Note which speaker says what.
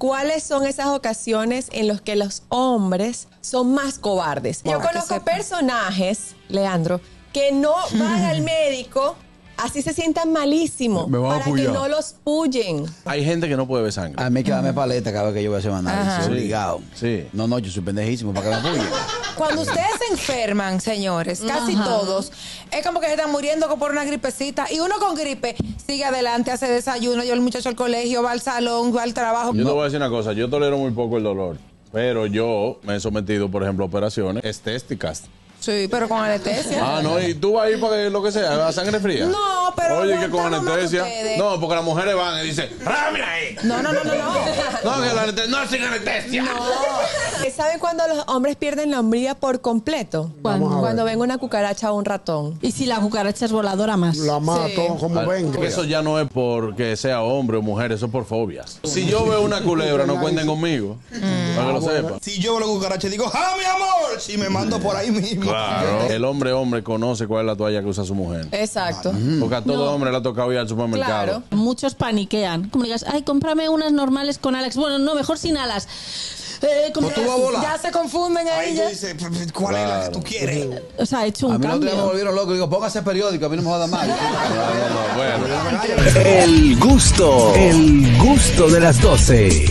Speaker 1: ¿Cuáles son esas ocasiones en las que los hombres son más cobardes? Yo
Speaker 2: Para que
Speaker 1: conozco
Speaker 2: sepa.
Speaker 1: personajes, Leandro, que no van al médico, así se sientan malísimos,
Speaker 3: Me van a
Speaker 1: para que
Speaker 3: pullar.
Speaker 1: no los huyen.
Speaker 4: Hay gente que no puede ver sangre.
Speaker 5: Ah,
Speaker 2: A mí hay que dame paleta cada vez que yo voy a hacer un análisis,
Speaker 4: Sí.
Speaker 2: obligado.
Speaker 4: Sí.
Speaker 2: No, no, yo soy pendejísimo para que me apoye.
Speaker 5: Cuando ustedes se enferman, señores, casi todos, es como que se están muriendo por una gripecita. Y uno con gripe sigue adelante, hace desayuno, lleva el muchacho al colegio, va al salón, va al trabajo.
Speaker 4: Yo te voy a decir una cosa, yo tolero muy poco el dolor, pero yo me he sometido, por ejemplo, a operaciones estésticas.
Speaker 5: Sí, pero con anestesia.
Speaker 4: Ah, no, y tú vas ahí para que lo que sea, a sangre fría.
Speaker 5: No, pero
Speaker 4: Oye, que con
Speaker 5: aguantaron más
Speaker 4: anestesia.
Speaker 5: ustedes.
Speaker 4: No, porque las mujeres van y dicen, ¡rámira ahí!
Speaker 5: No, no, no, no, no.
Speaker 4: No, que la anestesia, no sin anestesia. Ah,
Speaker 1: ¿Saben cuando los hombres pierden la hombría por completo?
Speaker 6: Vamos a ver.
Speaker 1: Cuando ven una cucaracha o un ratón.
Speaker 6: Y si la cucaracha es voladora más.
Speaker 3: La mato como
Speaker 4: Ah,
Speaker 3: venga.
Speaker 4: Porque eso ya no es porque sea hombre o mujer, eso es por fobias. Si yo veo una culebra, no cuenten conmigo.
Speaker 5: Mm.
Speaker 4: Para que
Speaker 5: Ah,
Speaker 4: lo sepan.
Speaker 7: Si yo veo la cucaracha digo, ¡ah, mi amor! Si me mando por ahí mismo.
Speaker 4: Claro. El hombre hombre conoce cuál es la toalla que usa su mujer.
Speaker 1: Exacto.
Speaker 5: Mm.
Speaker 4: Porque a todo hombre le ha tocado ir al
Speaker 1: Claro.
Speaker 4: supermercado.
Speaker 6: Muchos paniquean. Como digas, ay, cómprame unas normales con Alex. Bueno, no, mejor sin alas. Eh,
Speaker 7: Pues tú vas a volar.
Speaker 5: Ya se confunden ahí.
Speaker 7: Ahí tú
Speaker 5: ya.
Speaker 7: dices, "P- p- ¿cuál es la que tú quieres?
Speaker 6: o sea, he hecho
Speaker 2: A
Speaker 6: un
Speaker 2: mí no me
Speaker 6: cambio.
Speaker 2: volvieron loco. Digo, póngase periódico, a mí no me jodan más.
Speaker 4: Bueno.
Speaker 7: Ay,
Speaker 8: El gusto, el gusto de las doce.